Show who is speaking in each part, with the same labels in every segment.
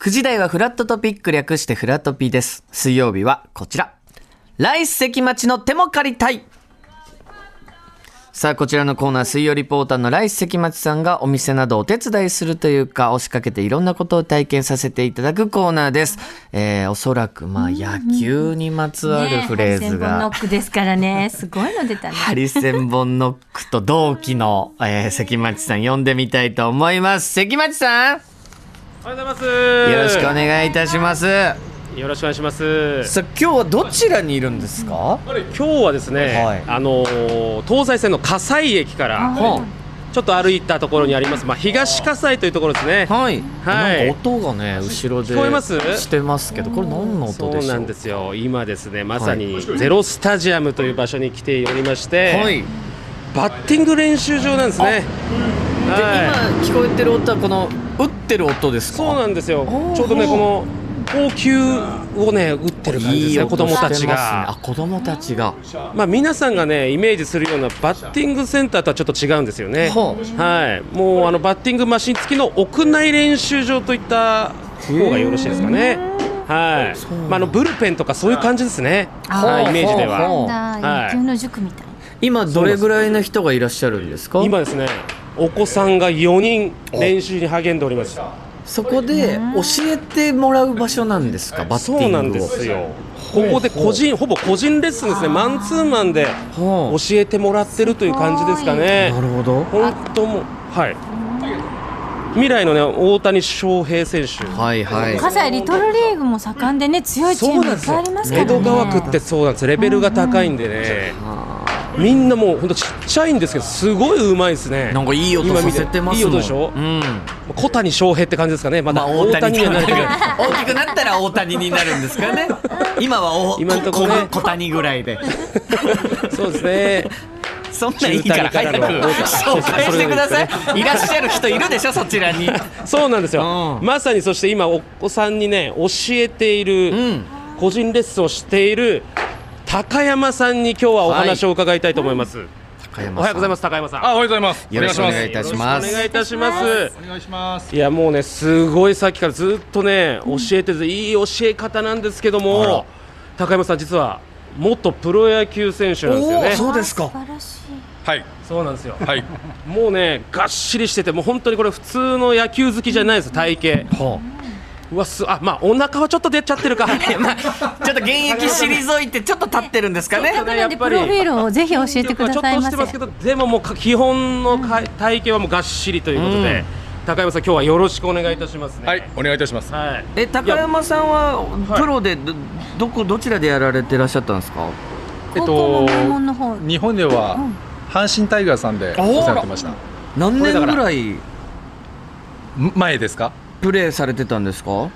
Speaker 1: 9時台はフラットトピック略してフラトピーです。水曜日はこちら。来席待ちの手も借りたい。さあ、こちらのコーナー、水曜リポーターの来関町さんがお店などお手伝いするというか、押しかけていろんなことを体験させていただくコーナーです。えー、おそらく、まあ、野球にまつわるフレーズ
Speaker 2: ねえハリセンボンノ
Speaker 1: が、
Speaker 2: ックですからね。すごいの出たね。
Speaker 1: ハリセンボンノックと同期の、えー、関町さん呼んでみたいと思います。関町さん
Speaker 3: おはようございます。
Speaker 1: よろしくお願いいたします。
Speaker 3: よろしくお願いします。
Speaker 1: さあ、今日はどちらにいるんですか
Speaker 3: 今日はですね、
Speaker 1: はい
Speaker 3: あのー東西線の葛西駅から
Speaker 1: は
Speaker 3: ちょっと歩いたところにあります。まあ東葛西というところですね
Speaker 1: い。。はい。
Speaker 3: はい
Speaker 1: なんか音がね、後ろで。
Speaker 3: 聞こえます
Speaker 1: してますけど、これ何の音
Speaker 3: そ
Speaker 1: で
Speaker 3: う
Speaker 1: しょ
Speaker 3: なん
Speaker 1: う
Speaker 3: ですよ。今ですね、まさにゼロスタジアムという場所に来ておりまして、
Speaker 1: はい。
Speaker 3: バッティング練習場なんですね。
Speaker 1: で
Speaker 3: は
Speaker 1: 今
Speaker 3: い
Speaker 1: 聞こえてる音はこの打ってる音ですか
Speaker 3: そうなんですよ
Speaker 1: おー。
Speaker 3: ちょうどねこの高級をね打ってる感じですね。子供たちが。
Speaker 1: あ子供たちが
Speaker 3: まあ、皆さんがねイメージするようなバッティングセンターとはちょっと違うんですよね。
Speaker 1: ほう
Speaker 3: はい、もうあのバッティングマシン付きの屋内練習場といった方がよろしいですかね。はい
Speaker 1: そうなんだ、
Speaker 3: まあ、あのブルペンとかそういう感じですね。
Speaker 2: あ
Speaker 3: はい、イメージで
Speaker 1: ほうほ
Speaker 3: は。
Speaker 1: う
Speaker 2: なんだ、
Speaker 3: はい
Speaker 2: 野球の塾みたい。
Speaker 1: 今どれぐらいの人がいらっしゃるんですか
Speaker 3: 今ですね、お子さんが4人練習に励んでおります。
Speaker 1: そこで教えてもらう場所なんですかバッテ
Speaker 3: そう
Speaker 1: ィ
Speaker 3: なん
Speaker 1: ング
Speaker 3: で
Speaker 1: を
Speaker 3: すよ。ここで個人、ほぼ個人レッスンですね、マンツーマンで
Speaker 1: ほ
Speaker 3: 教えてもらってるという感じですか
Speaker 1: う
Speaker 3: ね。
Speaker 1: なるほど
Speaker 3: 本当もうはい未来のね大谷翔平選手、
Speaker 1: はいはい
Speaker 2: な。西リトルリーグも盛んでね、強いチー
Speaker 3: そう
Speaker 2: ム
Speaker 3: ないん
Speaker 2: っ
Speaker 3: です
Speaker 2: ぱい
Speaker 3: よ
Speaker 2: ありますから
Speaker 3: 江
Speaker 2: ね。
Speaker 3: 戸川区ってそうなんですレベルが高いんでねみんなもう本当ちっちゃいんですけどすごい上手いですね
Speaker 1: なんかいい音
Speaker 3: 今
Speaker 1: さ
Speaker 3: 見て
Speaker 1: せてますもん
Speaker 3: いい音でしょ
Speaker 1: うん
Speaker 3: 小谷翔平って感じですかねま
Speaker 1: ま
Speaker 3: だ
Speaker 1: あ
Speaker 3: 大
Speaker 1: 大
Speaker 3: 谷
Speaker 1: 谷
Speaker 3: に
Speaker 1: に
Speaker 3: は
Speaker 1: はな
Speaker 3: なる
Speaker 1: る
Speaker 3: け
Speaker 1: け
Speaker 3: ど
Speaker 1: ど大きくなったら大谷になるんですかね今はお
Speaker 3: 今んとこね
Speaker 1: 小谷ぐらいで
Speaker 3: そうですね
Speaker 1: そんなんいいから
Speaker 3: 中
Speaker 1: 早
Speaker 3: 谷
Speaker 1: く
Speaker 3: からの
Speaker 1: 紹介してください。いらっしゃる人いるでしょそちらに。
Speaker 3: そうなんですよ、
Speaker 1: うん
Speaker 3: まさにそして今お子さんにね教えている、
Speaker 1: うん。
Speaker 3: 個人レッスンをしている高山さんに今日はお話を伺いたいと思います、
Speaker 1: 高山さん
Speaker 3: おはようございます高山さん
Speaker 4: あ、おはようございます。
Speaker 1: よろしくお願いい
Speaker 4: お
Speaker 1: たします
Speaker 3: よろしくお願いいたします。
Speaker 4: 願いします。
Speaker 3: いやもうねすごいさっきからずっとね教えてていい教え方なんですけど
Speaker 1: あら
Speaker 3: も高山さん実は元プロ野球選手なんですよ
Speaker 1: お
Speaker 3: ね
Speaker 1: ー
Speaker 3: そう
Speaker 1: そうです
Speaker 2: あ
Speaker 1: か
Speaker 2: 素。晴らしい。
Speaker 4: はい、
Speaker 3: なんですよ
Speaker 4: はい、
Speaker 3: もうねがっしりしててもう本当にこれ普通の野球好きじゃないです体型
Speaker 1: ほ
Speaker 3: うわすあまあお腹はちょっと出ちゃってるか
Speaker 1: うまあちょっと現役退いてちょっと立ってるんですか
Speaker 2: せっか
Speaker 1: ね
Speaker 2: く。なんでプロフィールをぜひ教えてくださいませ。
Speaker 3: ちょっとしてますけど、でももうか基本のか体型はもうがっしりということで、高山さん今日はよろしくお願いいたしますね。
Speaker 4: はい、お願いいたします。
Speaker 3: はい。
Speaker 1: え高山さんは
Speaker 3: はい
Speaker 1: プロでどどこどちらでやられてらっしゃったんですか。
Speaker 4: えっ
Speaker 2: 高校の
Speaker 4: と
Speaker 2: 名門の方。
Speaker 4: 日本では
Speaker 2: うん
Speaker 4: 阪神タイガースさんでお世話になってました。
Speaker 1: 何年
Speaker 4: これだ
Speaker 1: ぐ
Speaker 4: から
Speaker 1: い
Speaker 4: ん前ですか？
Speaker 1: プレーされてたんですか。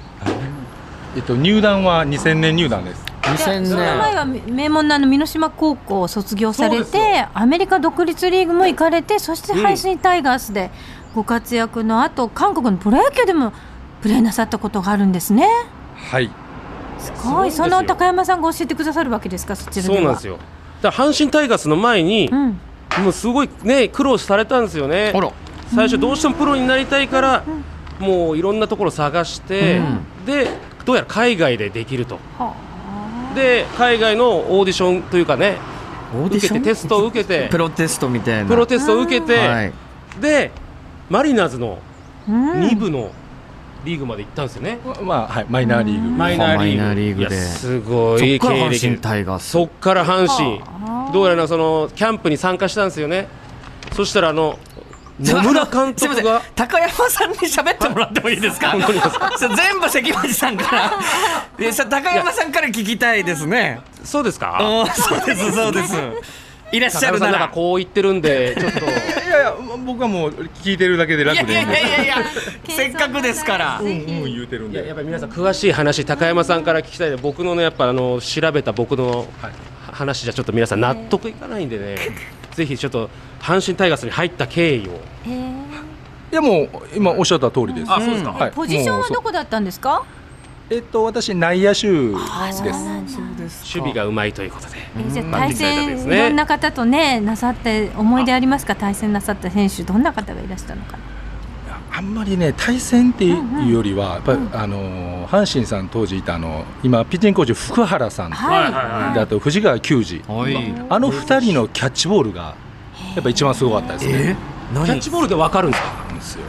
Speaker 4: えっと入団は2000年入団です。
Speaker 1: 2000
Speaker 2: その前
Speaker 1: 年。
Speaker 2: は名門のあの美濃島高校を卒業され
Speaker 3: そうで
Speaker 2: てアメリカ独立リーグも行かれてそして阪神タイガースでご活躍の後、韓国のプロ野球でもプレーなさったことがあるんですね
Speaker 4: はい、
Speaker 2: す
Speaker 3: すご
Speaker 2: ご
Speaker 3: い
Speaker 2: い
Speaker 3: ですよ
Speaker 2: その高山さんが教えてくださるわけですかそちらでは
Speaker 3: そうなんですよ。だから阪神タイガースの前に、
Speaker 2: うん
Speaker 3: もうすごいね苦労されたんですよね
Speaker 1: あ。ら。
Speaker 3: 最初どうしてもプロになりたいから、もういろんなところ探して、でどうやら海外でできると。
Speaker 2: は
Speaker 3: で海外のオーディションというかね
Speaker 1: オーディ
Speaker 3: 受け
Speaker 1: ショ
Speaker 3: て
Speaker 1: ン。
Speaker 3: テストを受けて
Speaker 1: プロテストみたいな。
Speaker 3: プロテストを受けて、
Speaker 1: はい。
Speaker 3: でマリナーズの
Speaker 2: うん
Speaker 3: 2部のリーグまで行ったんですよね。
Speaker 4: まあはいマイナーリーグ。
Speaker 3: マイナーリーグ
Speaker 1: マイナーリーグで
Speaker 3: いやすご
Speaker 1: そ
Speaker 3: い
Speaker 1: っから
Speaker 3: 経
Speaker 1: 阪神
Speaker 3: 歴
Speaker 1: タイガース。
Speaker 3: そっから阪神
Speaker 2: はあ
Speaker 3: どうやらそのキャンプに参加したんですよねそしたらあの野村監
Speaker 1: すいませ
Speaker 3: 督
Speaker 1: ん
Speaker 3: が
Speaker 1: 高山さんに喋ってもらってもいいですか
Speaker 3: 本当にです
Speaker 1: そう全部関町さんからいやさ高山さんから聞きたいですね
Speaker 3: そうですか
Speaker 1: あーそうですそうですいらっしゃ
Speaker 3: 高
Speaker 1: るな
Speaker 3: 山さ
Speaker 1: ん
Speaker 3: なん
Speaker 1: ら
Speaker 3: かこう言ってるんでちょっ と
Speaker 4: いやいや、僕はもう聞いてるだけで
Speaker 1: い
Speaker 4: 楽
Speaker 1: やい
Speaker 4: でい
Speaker 1: や
Speaker 4: いん
Speaker 1: い
Speaker 4: で
Speaker 1: やいやいやせっかくですから
Speaker 4: うんうん言うてるん
Speaker 3: いややっ
Speaker 4: で。
Speaker 3: ぱり皆さん詳しい話高山さんから聞きたいんで僕のねやっぱあの調べた僕の
Speaker 4: はい
Speaker 3: 話じゃちょっと皆さん納得いかないんでね ぜひちょっと阪神タイガースに入った経緯を
Speaker 2: えー
Speaker 4: いやもう今おっしゃった通りです。
Speaker 3: あそうですか
Speaker 4: はい
Speaker 2: ポジション
Speaker 4: もう
Speaker 2: は
Speaker 4: そう
Speaker 2: どこだったんですか
Speaker 4: えっと私内野手です。
Speaker 3: 守備がうまいということで
Speaker 2: えーじゃあ
Speaker 3: まあ
Speaker 2: 対
Speaker 3: 立体だったで
Speaker 2: 戦
Speaker 3: す
Speaker 2: い
Speaker 3: ね
Speaker 2: ろんな方とねなさって思い出ありますか対戦なさった選手どんな方がいらしたのかな
Speaker 4: 阪あんまりね対戦っていうよりは、やっぱり、あのー阪神さん当時いたあの今ピッチングコーチ福原さんと
Speaker 2: はい
Speaker 3: はいはい
Speaker 4: であと藤川球児、
Speaker 1: はい
Speaker 4: あの2人のキャッチボールがやっぱ一番すごかったですね。
Speaker 1: 何
Speaker 3: キャッチボールで分かるんですか
Speaker 4: なんですよも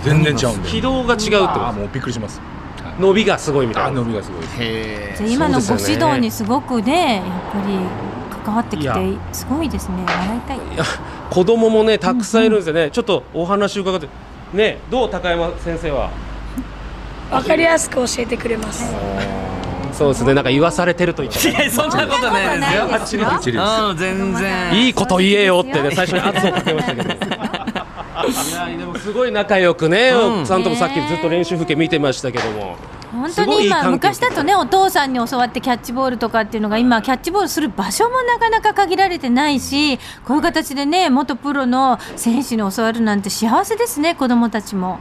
Speaker 4: う全然違うんで。
Speaker 3: 軌道が違うってこと
Speaker 4: あもうびっくりします。はい
Speaker 3: 伸びがすごいみた
Speaker 4: あ
Speaker 3: いな
Speaker 4: 伸びがすごいです。
Speaker 1: へ
Speaker 2: じゃあ
Speaker 1: え
Speaker 2: 今のご
Speaker 3: そうです
Speaker 2: 指
Speaker 3: よね
Speaker 2: 導にすごくねやっぱり関わってき
Speaker 3: いや
Speaker 2: てすごいですね習いたい
Speaker 3: 子供もねたくさんいるんですよね、ちょっとお話伺ってねどう高山先生は
Speaker 5: わかりやすく教えてくれます。
Speaker 3: そうですねなんか言わされてると言って
Speaker 1: いやそんなこ
Speaker 2: そんなこ
Speaker 1: とないですよ
Speaker 2: とないですよ
Speaker 1: あっちの
Speaker 4: 一
Speaker 1: うん全然
Speaker 3: いいこと言えよってね最初に圧をかけましたけどいやでもすごい仲良くね、
Speaker 1: うん
Speaker 3: 奥さんともさっきずっと練習風景見てましたけども、
Speaker 2: 本
Speaker 3: す
Speaker 2: 当
Speaker 3: ごい
Speaker 2: に
Speaker 3: いい
Speaker 2: 今
Speaker 3: 環境
Speaker 2: 昔だとねお父さんに教わってキャッチボールとかっていうのが今キャッチボールする場所もなかなか限られてないしこういう形でね元プロの選手に教わるなんて幸せですね子供たちも。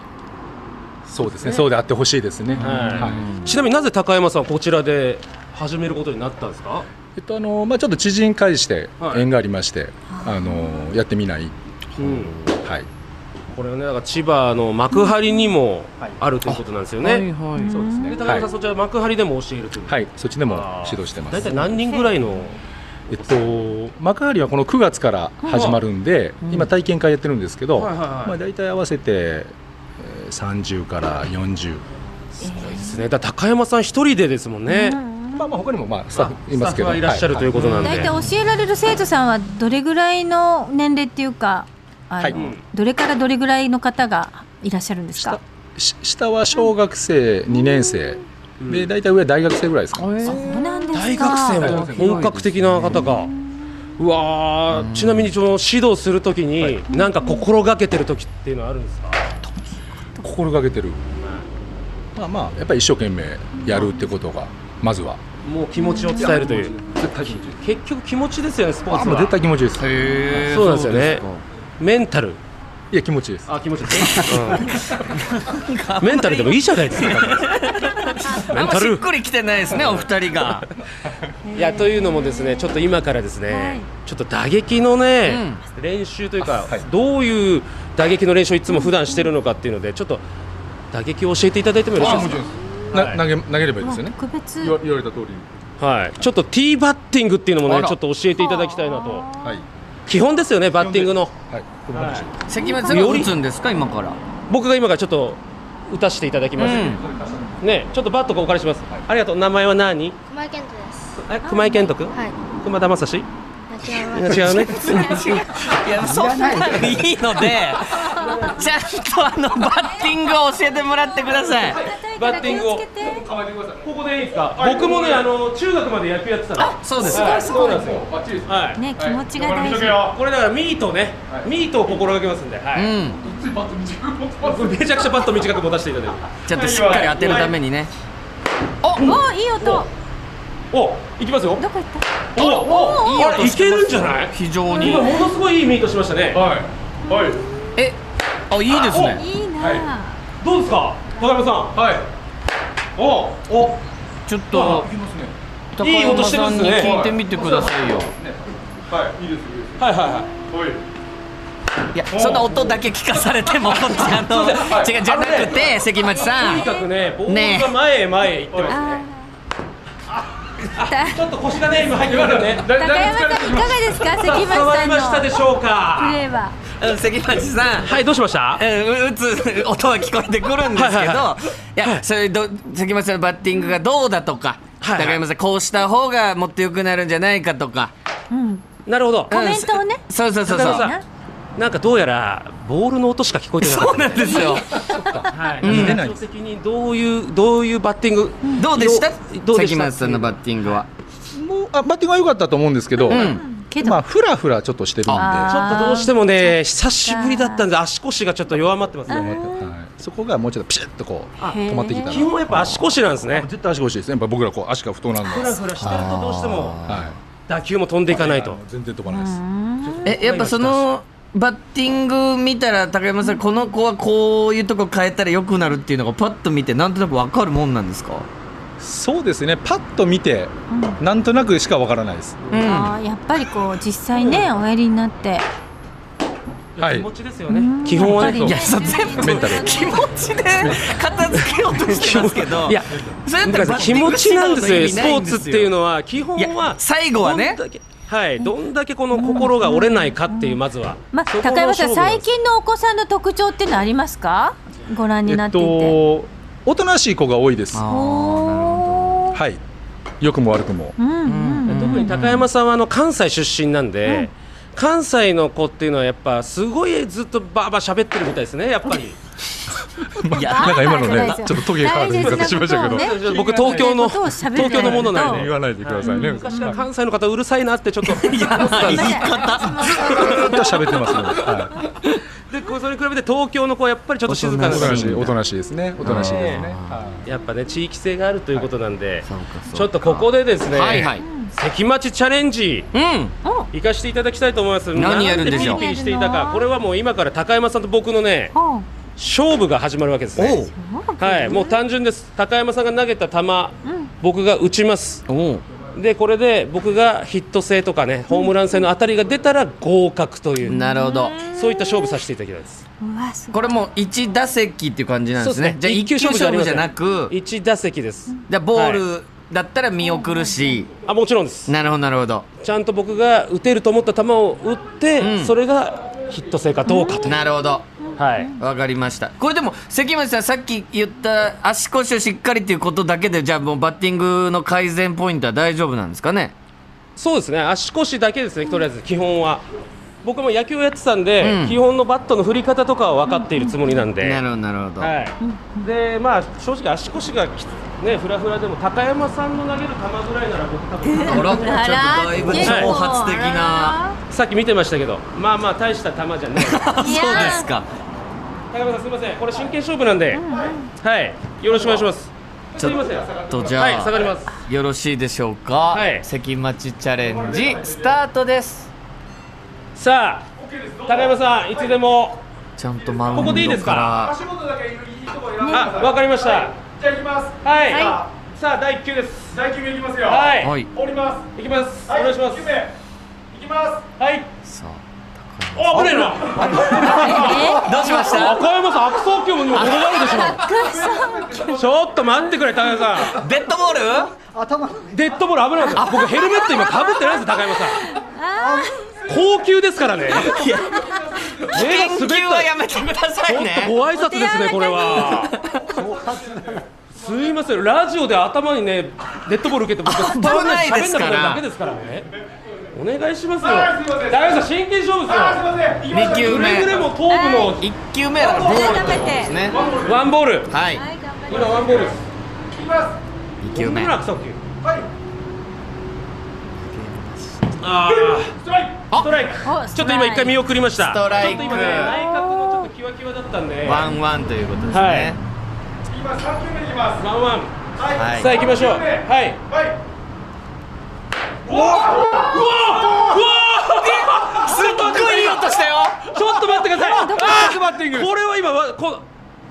Speaker 4: そうですね。そうであってほしいですね。
Speaker 3: はい
Speaker 4: はい。
Speaker 3: ちなみになぜ高山さんはこちらで始めることになったんですか
Speaker 4: えっとあのまあちょっと知人介して
Speaker 3: はい
Speaker 4: 縁がありまして、あのやってみない。
Speaker 3: うん
Speaker 4: はい。
Speaker 3: これはねなんか千葉の幕張にもあるということなんですよね、
Speaker 1: はい
Speaker 3: そうですねで高山さん、
Speaker 4: はい
Speaker 3: そちら幕張でも教えるという
Speaker 4: はい。そっちでも
Speaker 3: あー
Speaker 4: 指導してま
Speaker 3: 大
Speaker 4: す
Speaker 3: 体。何人ぐらいの
Speaker 4: えっと幕張はこの9月から始まるんで、今体験会やってるんですけど、
Speaker 3: はいはいはい
Speaker 4: まあ大体合わせてえー30から40。
Speaker 3: ですねだから高山さん一人でですもんね、
Speaker 4: まあまあ他にもまあスタッフいますけ
Speaker 3: スタッ
Speaker 4: ど。
Speaker 3: フはいらっしゃるということなんで、
Speaker 2: 大体教えられる生徒さんはどれぐらいの年齢っていうかあの、
Speaker 4: はい
Speaker 2: どれからどれぐらいの方がいらっしゃるんですか
Speaker 4: し下は小学生2年生、
Speaker 3: うん
Speaker 4: で大体上は大学生ぐらいですか、ね
Speaker 2: そうなんですか
Speaker 3: 大学生
Speaker 4: も
Speaker 3: も本格的な方が。うわーちなみにその指導するときに、なんか心がけてるときっていうのはあるんですか、
Speaker 4: 心がけてる、まあまあやっぱり一生懸命やるってことがまずは
Speaker 3: もう気持ちを伝えるという
Speaker 4: 絶対気持ちいい
Speaker 3: 結局気持ちですよねスポー
Speaker 4: あ
Speaker 3: ツ
Speaker 4: もう
Speaker 3: は
Speaker 4: 絶対気持ちいいです
Speaker 1: へー
Speaker 3: そうなんですよねメンタル
Speaker 4: いや気持ちいいです
Speaker 3: あ気持ちいい、うんメンタルでもいいじゃないです か
Speaker 1: そうですか
Speaker 3: メ
Speaker 1: あ
Speaker 3: ン
Speaker 1: んま
Speaker 3: タ
Speaker 1: しっ
Speaker 3: ル
Speaker 1: くりきてないですねお二人が
Speaker 3: いやというのもですねちょっと今からですね、
Speaker 2: はい
Speaker 3: ちょっと打撃のね、練習というか、
Speaker 4: はい
Speaker 3: どういう打撃の練習をいつも普段してるのかっていうのでちょっと打撃を教えていただいてもよろしいですか
Speaker 4: な
Speaker 3: はい
Speaker 4: 投げ投げればいいですよね
Speaker 2: 特別
Speaker 4: 言わ言われた通りに
Speaker 3: はい、ちょっとティーバッティングっていうのも
Speaker 1: あ
Speaker 3: ね、
Speaker 1: ら
Speaker 3: ちょっと教えていただきたいなと。
Speaker 4: はい
Speaker 3: 基本ですよね、バッティングの。
Speaker 4: はいこの話、
Speaker 1: 関町さんが打つんですか今から
Speaker 3: 僕が今からちょっと打たせていただきます。ね、ちょっとバットをお借りします。ありがとう、名前は何。
Speaker 6: 熊井健人です。
Speaker 3: あ熊井健人君。
Speaker 6: はい。
Speaker 3: 熊田正史。
Speaker 6: 泣き山
Speaker 3: いや違うね。
Speaker 1: いやそんなのいいのでちゃ んとあのバッティングを教えてもらってください
Speaker 3: バッティングを。ここでいいですか。僕もね、あの中学まで野球やってたの。
Speaker 1: そうです
Speaker 3: はいそうなんですよ。はい。
Speaker 2: ね気持ちが大事
Speaker 3: これだからミートね、ミートを心がけますんで、は
Speaker 1: う
Speaker 3: い、
Speaker 1: ん
Speaker 3: めちゃくちゃバット短く持たせていただいて
Speaker 1: ちゃんとしっかり当てるためにね
Speaker 2: おいい音
Speaker 3: おいきますよ
Speaker 2: どこ行った
Speaker 3: おお
Speaker 1: いい音
Speaker 3: あれいけるんじゃない
Speaker 1: 非常に
Speaker 3: 今ものすごいいいミートしましたね、
Speaker 1: えあいいですね
Speaker 2: いいな、
Speaker 3: どうですか高山さんはいおお
Speaker 1: ちょっと高
Speaker 3: いい
Speaker 1: 山
Speaker 3: 音してま
Speaker 1: さん
Speaker 3: す
Speaker 1: に
Speaker 3: ね
Speaker 1: 聞いてみてくださいよ
Speaker 3: はいはいはい
Speaker 1: いやそんな音だけ聞かされてもこっちあの違うじゃなくて関町さ
Speaker 3: と
Speaker 1: ん
Speaker 3: にかくねボ
Speaker 1: ね
Speaker 3: ールが前へ前へ行ってますねあちょっと腰がね今入ってますよね
Speaker 2: 高山さんいかがです か関町
Speaker 3: 伝わ
Speaker 2: さ
Speaker 3: り
Speaker 2: ん
Speaker 3: ました
Speaker 2: の
Speaker 3: でしょう
Speaker 2: プ
Speaker 3: か
Speaker 2: レーは
Speaker 1: あの関町さん
Speaker 3: はいどうしました
Speaker 1: うん打つ音は聞こえてくるんですけど、い
Speaker 3: はいはい
Speaker 1: やそれど関町さんのバッティングがどうだとか、
Speaker 3: はいはい
Speaker 1: 高山さんこうした方がもっと良くなるんじゃないかとか、
Speaker 3: なるほど
Speaker 2: コメントをね
Speaker 1: うんそうそうそう
Speaker 3: 高
Speaker 1: そ
Speaker 3: 山
Speaker 1: う
Speaker 3: さんなんかどうやらボールの音しか聞こえてなか
Speaker 1: そう
Speaker 3: った
Speaker 1: なんですよ
Speaker 3: はい
Speaker 1: ん
Speaker 3: 感情的にどういうどういうバッティング
Speaker 1: どうでした
Speaker 3: どう
Speaker 1: 関
Speaker 3: でした
Speaker 1: 町さんのバッティングは
Speaker 4: もうあバッティングは良かったと思うんですけど、
Speaker 2: けど、
Speaker 4: まあフラフラちょっとしてるんで、
Speaker 3: ち
Speaker 2: あ
Speaker 4: は
Speaker 3: ょっとどうしてもね久しぶりだったんで足腰がちょっと弱まってますね
Speaker 4: い、そこがもうちょっとピシッとこう止まってきたら
Speaker 3: 基本やっぱ足腰なんですね
Speaker 4: 絶対足腰ですねやっぱ僕らこう足が太なんで、
Speaker 3: ふらふらしてるとどうしても
Speaker 4: はい
Speaker 3: 打球も飛んでいかないと
Speaker 4: あの全然飛ばないです
Speaker 1: えやっぱそのバッティング見たら高山さんこの子はこういうとこ変えたら良くなるっていうのがパッと見てなんとなく分かるもんなんですか
Speaker 4: そうですねパッと見て、なんとなくしかわからないです
Speaker 1: うん
Speaker 2: あーやっぱりこう実際ねおやりになって
Speaker 4: はい
Speaker 3: 気持ちですよね。基本はね。
Speaker 2: やっ
Speaker 3: い
Speaker 1: い
Speaker 2: ぱ
Speaker 1: やそう全部
Speaker 4: メンタル
Speaker 1: 気持ちで片付けようとしてます けど
Speaker 3: やいや、
Speaker 1: それやったら
Speaker 3: 向井さん気持ちなんですよ。スポーツっていう
Speaker 1: の
Speaker 3: のは基本
Speaker 1: いや
Speaker 3: は
Speaker 1: 最後はね
Speaker 3: どんだけはい、どんだけこの心が折れないかっていうまずは。
Speaker 2: まあ、
Speaker 3: そこの
Speaker 2: 高山さん、
Speaker 3: 勝負なん
Speaker 2: 最
Speaker 3: ですよ
Speaker 2: 近のお子さんの特徴っていうのはありますか。ご覧になっていて。
Speaker 4: とおとなしい子が多いです
Speaker 1: あ
Speaker 4: は
Speaker 2: おー
Speaker 4: い良くも悪くも
Speaker 2: うんうん
Speaker 1: うん
Speaker 3: 特に高山さんはあの関西出身なんで、関西の子っていうのはやっぱすごいずっとバーバー喋ってるみたいですねやっぱり
Speaker 1: いや
Speaker 4: なんか今
Speaker 2: あー
Speaker 4: の
Speaker 2: そうで
Speaker 4: ね
Speaker 2: すよ
Speaker 4: ちょっとトゲがある言い方しましたけ
Speaker 2: 大事なこ
Speaker 4: ど
Speaker 2: とをね
Speaker 3: 僕東京の
Speaker 2: そういうことを喋る
Speaker 3: 東京のものなん
Speaker 4: 言
Speaker 3: で
Speaker 4: わないでくださいね
Speaker 3: 昔から関西の方うるさ いなってちょっと
Speaker 2: すいません
Speaker 4: ずっと喋ってますねは
Speaker 3: でこうそれに比べて東京の子はやっぱりちょっと静か
Speaker 4: い
Speaker 3: なの
Speaker 4: おと
Speaker 3: が
Speaker 4: なしいおとなしいですねおとなしいですね
Speaker 1: あ
Speaker 4: はい
Speaker 3: やっぱね地域性があるということなんで、
Speaker 1: そうかそうか
Speaker 3: ちょっとここでですね、
Speaker 1: はいはい
Speaker 3: 関町チャレンジ
Speaker 1: うん
Speaker 3: 行かしていただきたいと思います
Speaker 1: 何やるんでしょう
Speaker 3: なんピリピリしていたかこれはもう今から高山さんと僕のね
Speaker 2: おう
Speaker 3: 勝負が始まるわけですねはいもう単純です高山さんが投げた球、僕が打ちます
Speaker 1: おう
Speaker 3: でこれで僕がヒット性とかねホームラン性の当たりが出たら合格という
Speaker 1: なるほど
Speaker 3: そういった勝負させていただきたいです
Speaker 2: うわすごい
Speaker 1: これもう1打席っていう感じなんですねじ
Speaker 3: そう
Speaker 1: ゃ
Speaker 3: ですね
Speaker 1: あ1球勝負じゃなく
Speaker 3: 1打席です
Speaker 1: じゃあボールだったら見送るし
Speaker 3: あもちろんです
Speaker 1: なるほどなるほど
Speaker 3: ちゃんと僕が打てると思った球を打って、
Speaker 1: うん
Speaker 3: それがヒット性かどうかと、
Speaker 1: なるほど
Speaker 3: はい
Speaker 1: わかりましたこれでも関町さんさっき言った足腰をしっかりっていうことだけでじゃあもうバッティングの改善ポイントは大丈夫なんですかね
Speaker 3: そうですね足腰だけですねとりあえず基本は僕も野球をやってたんで、
Speaker 1: うん
Speaker 3: 基本のバットの振り方とかは分かっているつもりなんで、
Speaker 1: なるほどなるほど、
Speaker 3: はい、でまあ正直足腰がきねフラフラでも高山さんの投げる球ぐらいなら僕多分
Speaker 1: あらちょっとだいぶ挑発的な、
Speaker 3: さっき見てましたけどまあまあ大した球じゃ ない高
Speaker 2: あら
Speaker 1: そうですか
Speaker 3: 山さんすみませんこれ真剣勝負なんで、はいよろしくお願いします
Speaker 1: ちょっ
Speaker 3: すみません
Speaker 1: とじゃあ
Speaker 3: はい下がります
Speaker 1: よろしいでしょうか、
Speaker 3: はい
Speaker 1: 関町チャレンジスタートです
Speaker 3: さあ高山さんいつでも
Speaker 1: ちゃんとマウンド
Speaker 3: こ
Speaker 1: から
Speaker 3: こでいいですかあわかりました、じゃあ行きますはい、さあ第1球です第9球いきますよはい、
Speaker 1: はい
Speaker 3: 降ります行きます、お願いします行きますはい
Speaker 1: さあ
Speaker 3: あ危ねえな
Speaker 1: どうしました
Speaker 3: 高山さん悪送球も今転がるでしょちょっと待ってくれ高山さ
Speaker 1: デッドボール
Speaker 3: んデッドボール危ないですよ僕ヘルメット今かぶってないですよ高山さん高級ですからね
Speaker 1: いや
Speaker 3: 目が
Speaker 1: 研
Speaker 3: 滑った
Speaker 1: 究はやめてくださ
Speaker 3: ちょ
Speaker 1: い
Speaker 3: っ
Speaker 1: ね
Speaker 3: とご挨拶ですね、これは。すいません、ラジオで頭にね、デッドボール受けて、僕、スパ
Speaker 1: 危ないですから
Speaker 3: 喋んなくなるだけですからね。お願いしますよ。大丈夫です真剣勝負ですよ。
Speaker 1: 2球
Speaker 3: くれぐれ
Speaker 1: 目
Speaker 3: も頭部の
Speaker 1: 一球目だからボールってことですね
Speaker 3: ワンボール。
Speaker 1: はい
Speaker 3: 今ワンボールです。
Speaker 1: 2球
Speaker 3: こ
Speaker 1: 目
Speaker 3: んな悪送球。ああ、ストライク。
Speaker 2: お
Speaker 3: ちょっと今一回見送りました。
Speaker 1: ストライク
Speaker 3: ちょっと今ね、内角のちょっとキワキワだったんで。
Speaker 1: ワンワンということですね、
Speaker 3: はいワンワン。
Speaker 1: はい
Speaker 3: さあ行きましょう。はい。
Speaker 1: すっごいいい音したよ
Speaker 3: ちょっと待ってください。あーこれは今わこ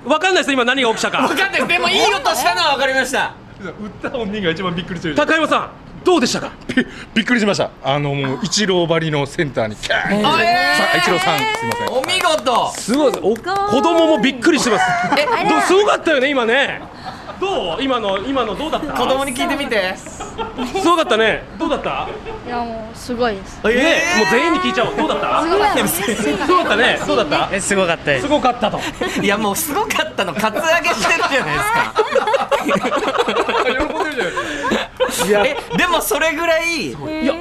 Speaker 3: わかんないです今何が起きたか
Speaker 1: 分。かんないでもいい音したのは分かりました
Speaker 4: 打った本人が一番びっくりしてる
Speaker 3: 高山さんどうでしたか。
Speaker 4: びびっくりしましたあのもう一郎張りのセンターにキャーン
Speaker 1: あえー
Speaker 4: さあ一郎さんすいません
Speaker 1: お見事
Speaker 3: すごいですお子供もびっくりしてます。
Speaker 1: え
Speaker 3: どうすごかったよね今ね。どう今の今のどうだった。
Speaker 1: 子供に聞いてみて
Speaker 3: すごかったね。どうだった。
Speaker 6: いやもうすごいです。
Speaker 3: ねもう全員に聞いちゃおう。どうだった。どうだったね。どうだった。
Speaker 1: えすごかったです
Speaker 3: ごかったと。
Speaker 1: いやもうすごかったのカツアゲしてるじゃないですか えでもそれぐらい
Speaker 3: いや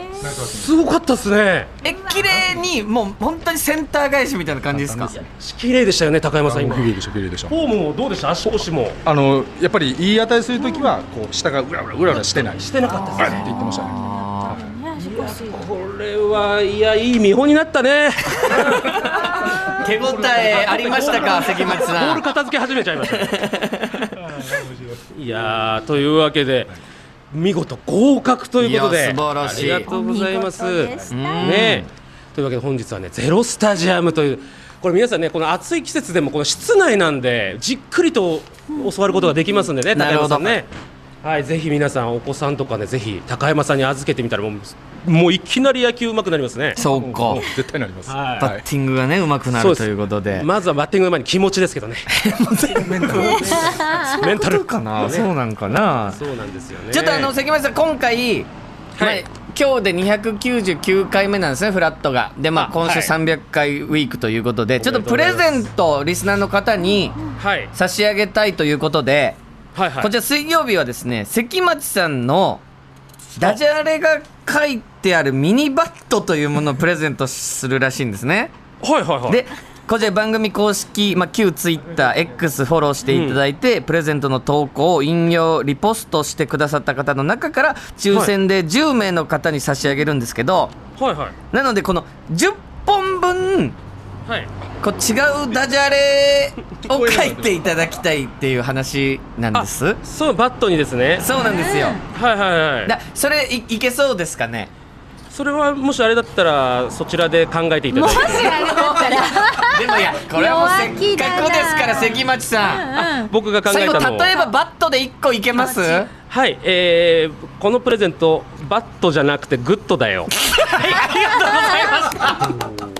Speaker 3: すごかったですね。
Speaker 1: え綺麗にもう本当にセンター返しみたいな感じですか
Speaker 3: 綺麗でしたよね高山さん今。
Speaker 4: 綺
Speaker 3: フォ
Speaker 4: 麗でしょ綺麗でしょ
Speaker 3: ームもどうでした足腰も。
Speaker 4: あのやっぱり言い値するときはこう下がうらうらうらうらしてないしてなかったですって言ってましたね
Speaker 3: これはいやいい見本になったね。
Speaker 1: 手応えありましたか関町
Speaker 3: ボ
Speaker 1: さ
Speaker 3: ール
Speaker 1: ん
Speaker 3: 片付け始めちゃいました。いやーというわけで見事合格ということ
Speaker 1: い
Speaker 3: で
Speaker 1: や素晴らしい
Speaker 3: ありがとうございます。
Speaker 2: お見事でした
Speaker 3: ねというわけで本日はねゼロスタジアムというこれ皆さんねこの暑い季節でもこの室内なんでじっくりと教わることができますんでね、
Speaker 1: ん
Speaker 3: 高山さんね。はい、ぜひ皆さんお子さんとかねぜひ高山さんに預けてみたらもうもういきなり野球うまくなりますね
Speaker 1: そうか
Speaker 4: もう絶対なります。
Speaker 3: はい
Speaker 1: バッティングがねうまくな
Speaker 3: そう
Speaker 1: る
Speaker 3: です
Speaker 1: ということで
Speaker 3: まずはバッティングの前に気持ちですけ どねメンタル
Speaker 1: かなそうなんかな
Speaker 3: そうなんですよね
Speaker 1: ちょっとあの関町さん今回、まあ今日で299回目なんですねフラットがでまあ今週
Speaker 3: はい
Speaker 1: 300回ウィークということで、ちょっと
Speaker 3: おめで
Speaker 1: プ
Speaker 3: とうござ
Speaker 1: レ
Speaker 3: います
Speaker 1: ゼントリスナーの方に
Speaker 3: はい
Speaker 1: 差し上げたいということで、
Speaker 3: はいはい
Speaker 1: こちら水曜日はですね関町さんのダジャレが書いてあるミニバットというものをプレゼントするらしいんですね
Speaker 3: はいはいはい
Speaker 1: でこちら番組公式、まあ、旧 TwitterX フォローしていただいて、プレゼントの投稿を引用リポストしてくださった方の中から抽選で10名の方に差し上げるんですけど、
Speaker 3: はいはい
Speaker 1: なのでこの10本分
Speaker 3: はい
Speaker 1: こう違うダジャレを書いていただきたいっていう話なんです
Speaker 3: そうバットにですね
Speaker 1: そうなんですよ
Speaker 3: はいはいはい
Speaker 1: だそれいいけそうですかね
Speaker 3: それはもしあれだったらそちらで考えていただいて
Speaker 1: でもいやこれはもうせっかくですか
Speaker 2: 弱気だな
Speaker 1: ら関町さん
Speaker 2: うん
Speaker 3: 僕が考え
Speaker 1: 最
Speaker 3: た
Speaker 1: 後
Speaker 3: のを
Speaker 1: 例えばバットで1個いけます
Speaker 3: はい、えー、このプレゼントバットじゃなくてグッドだよ
Speaker 1: ありがとうございました。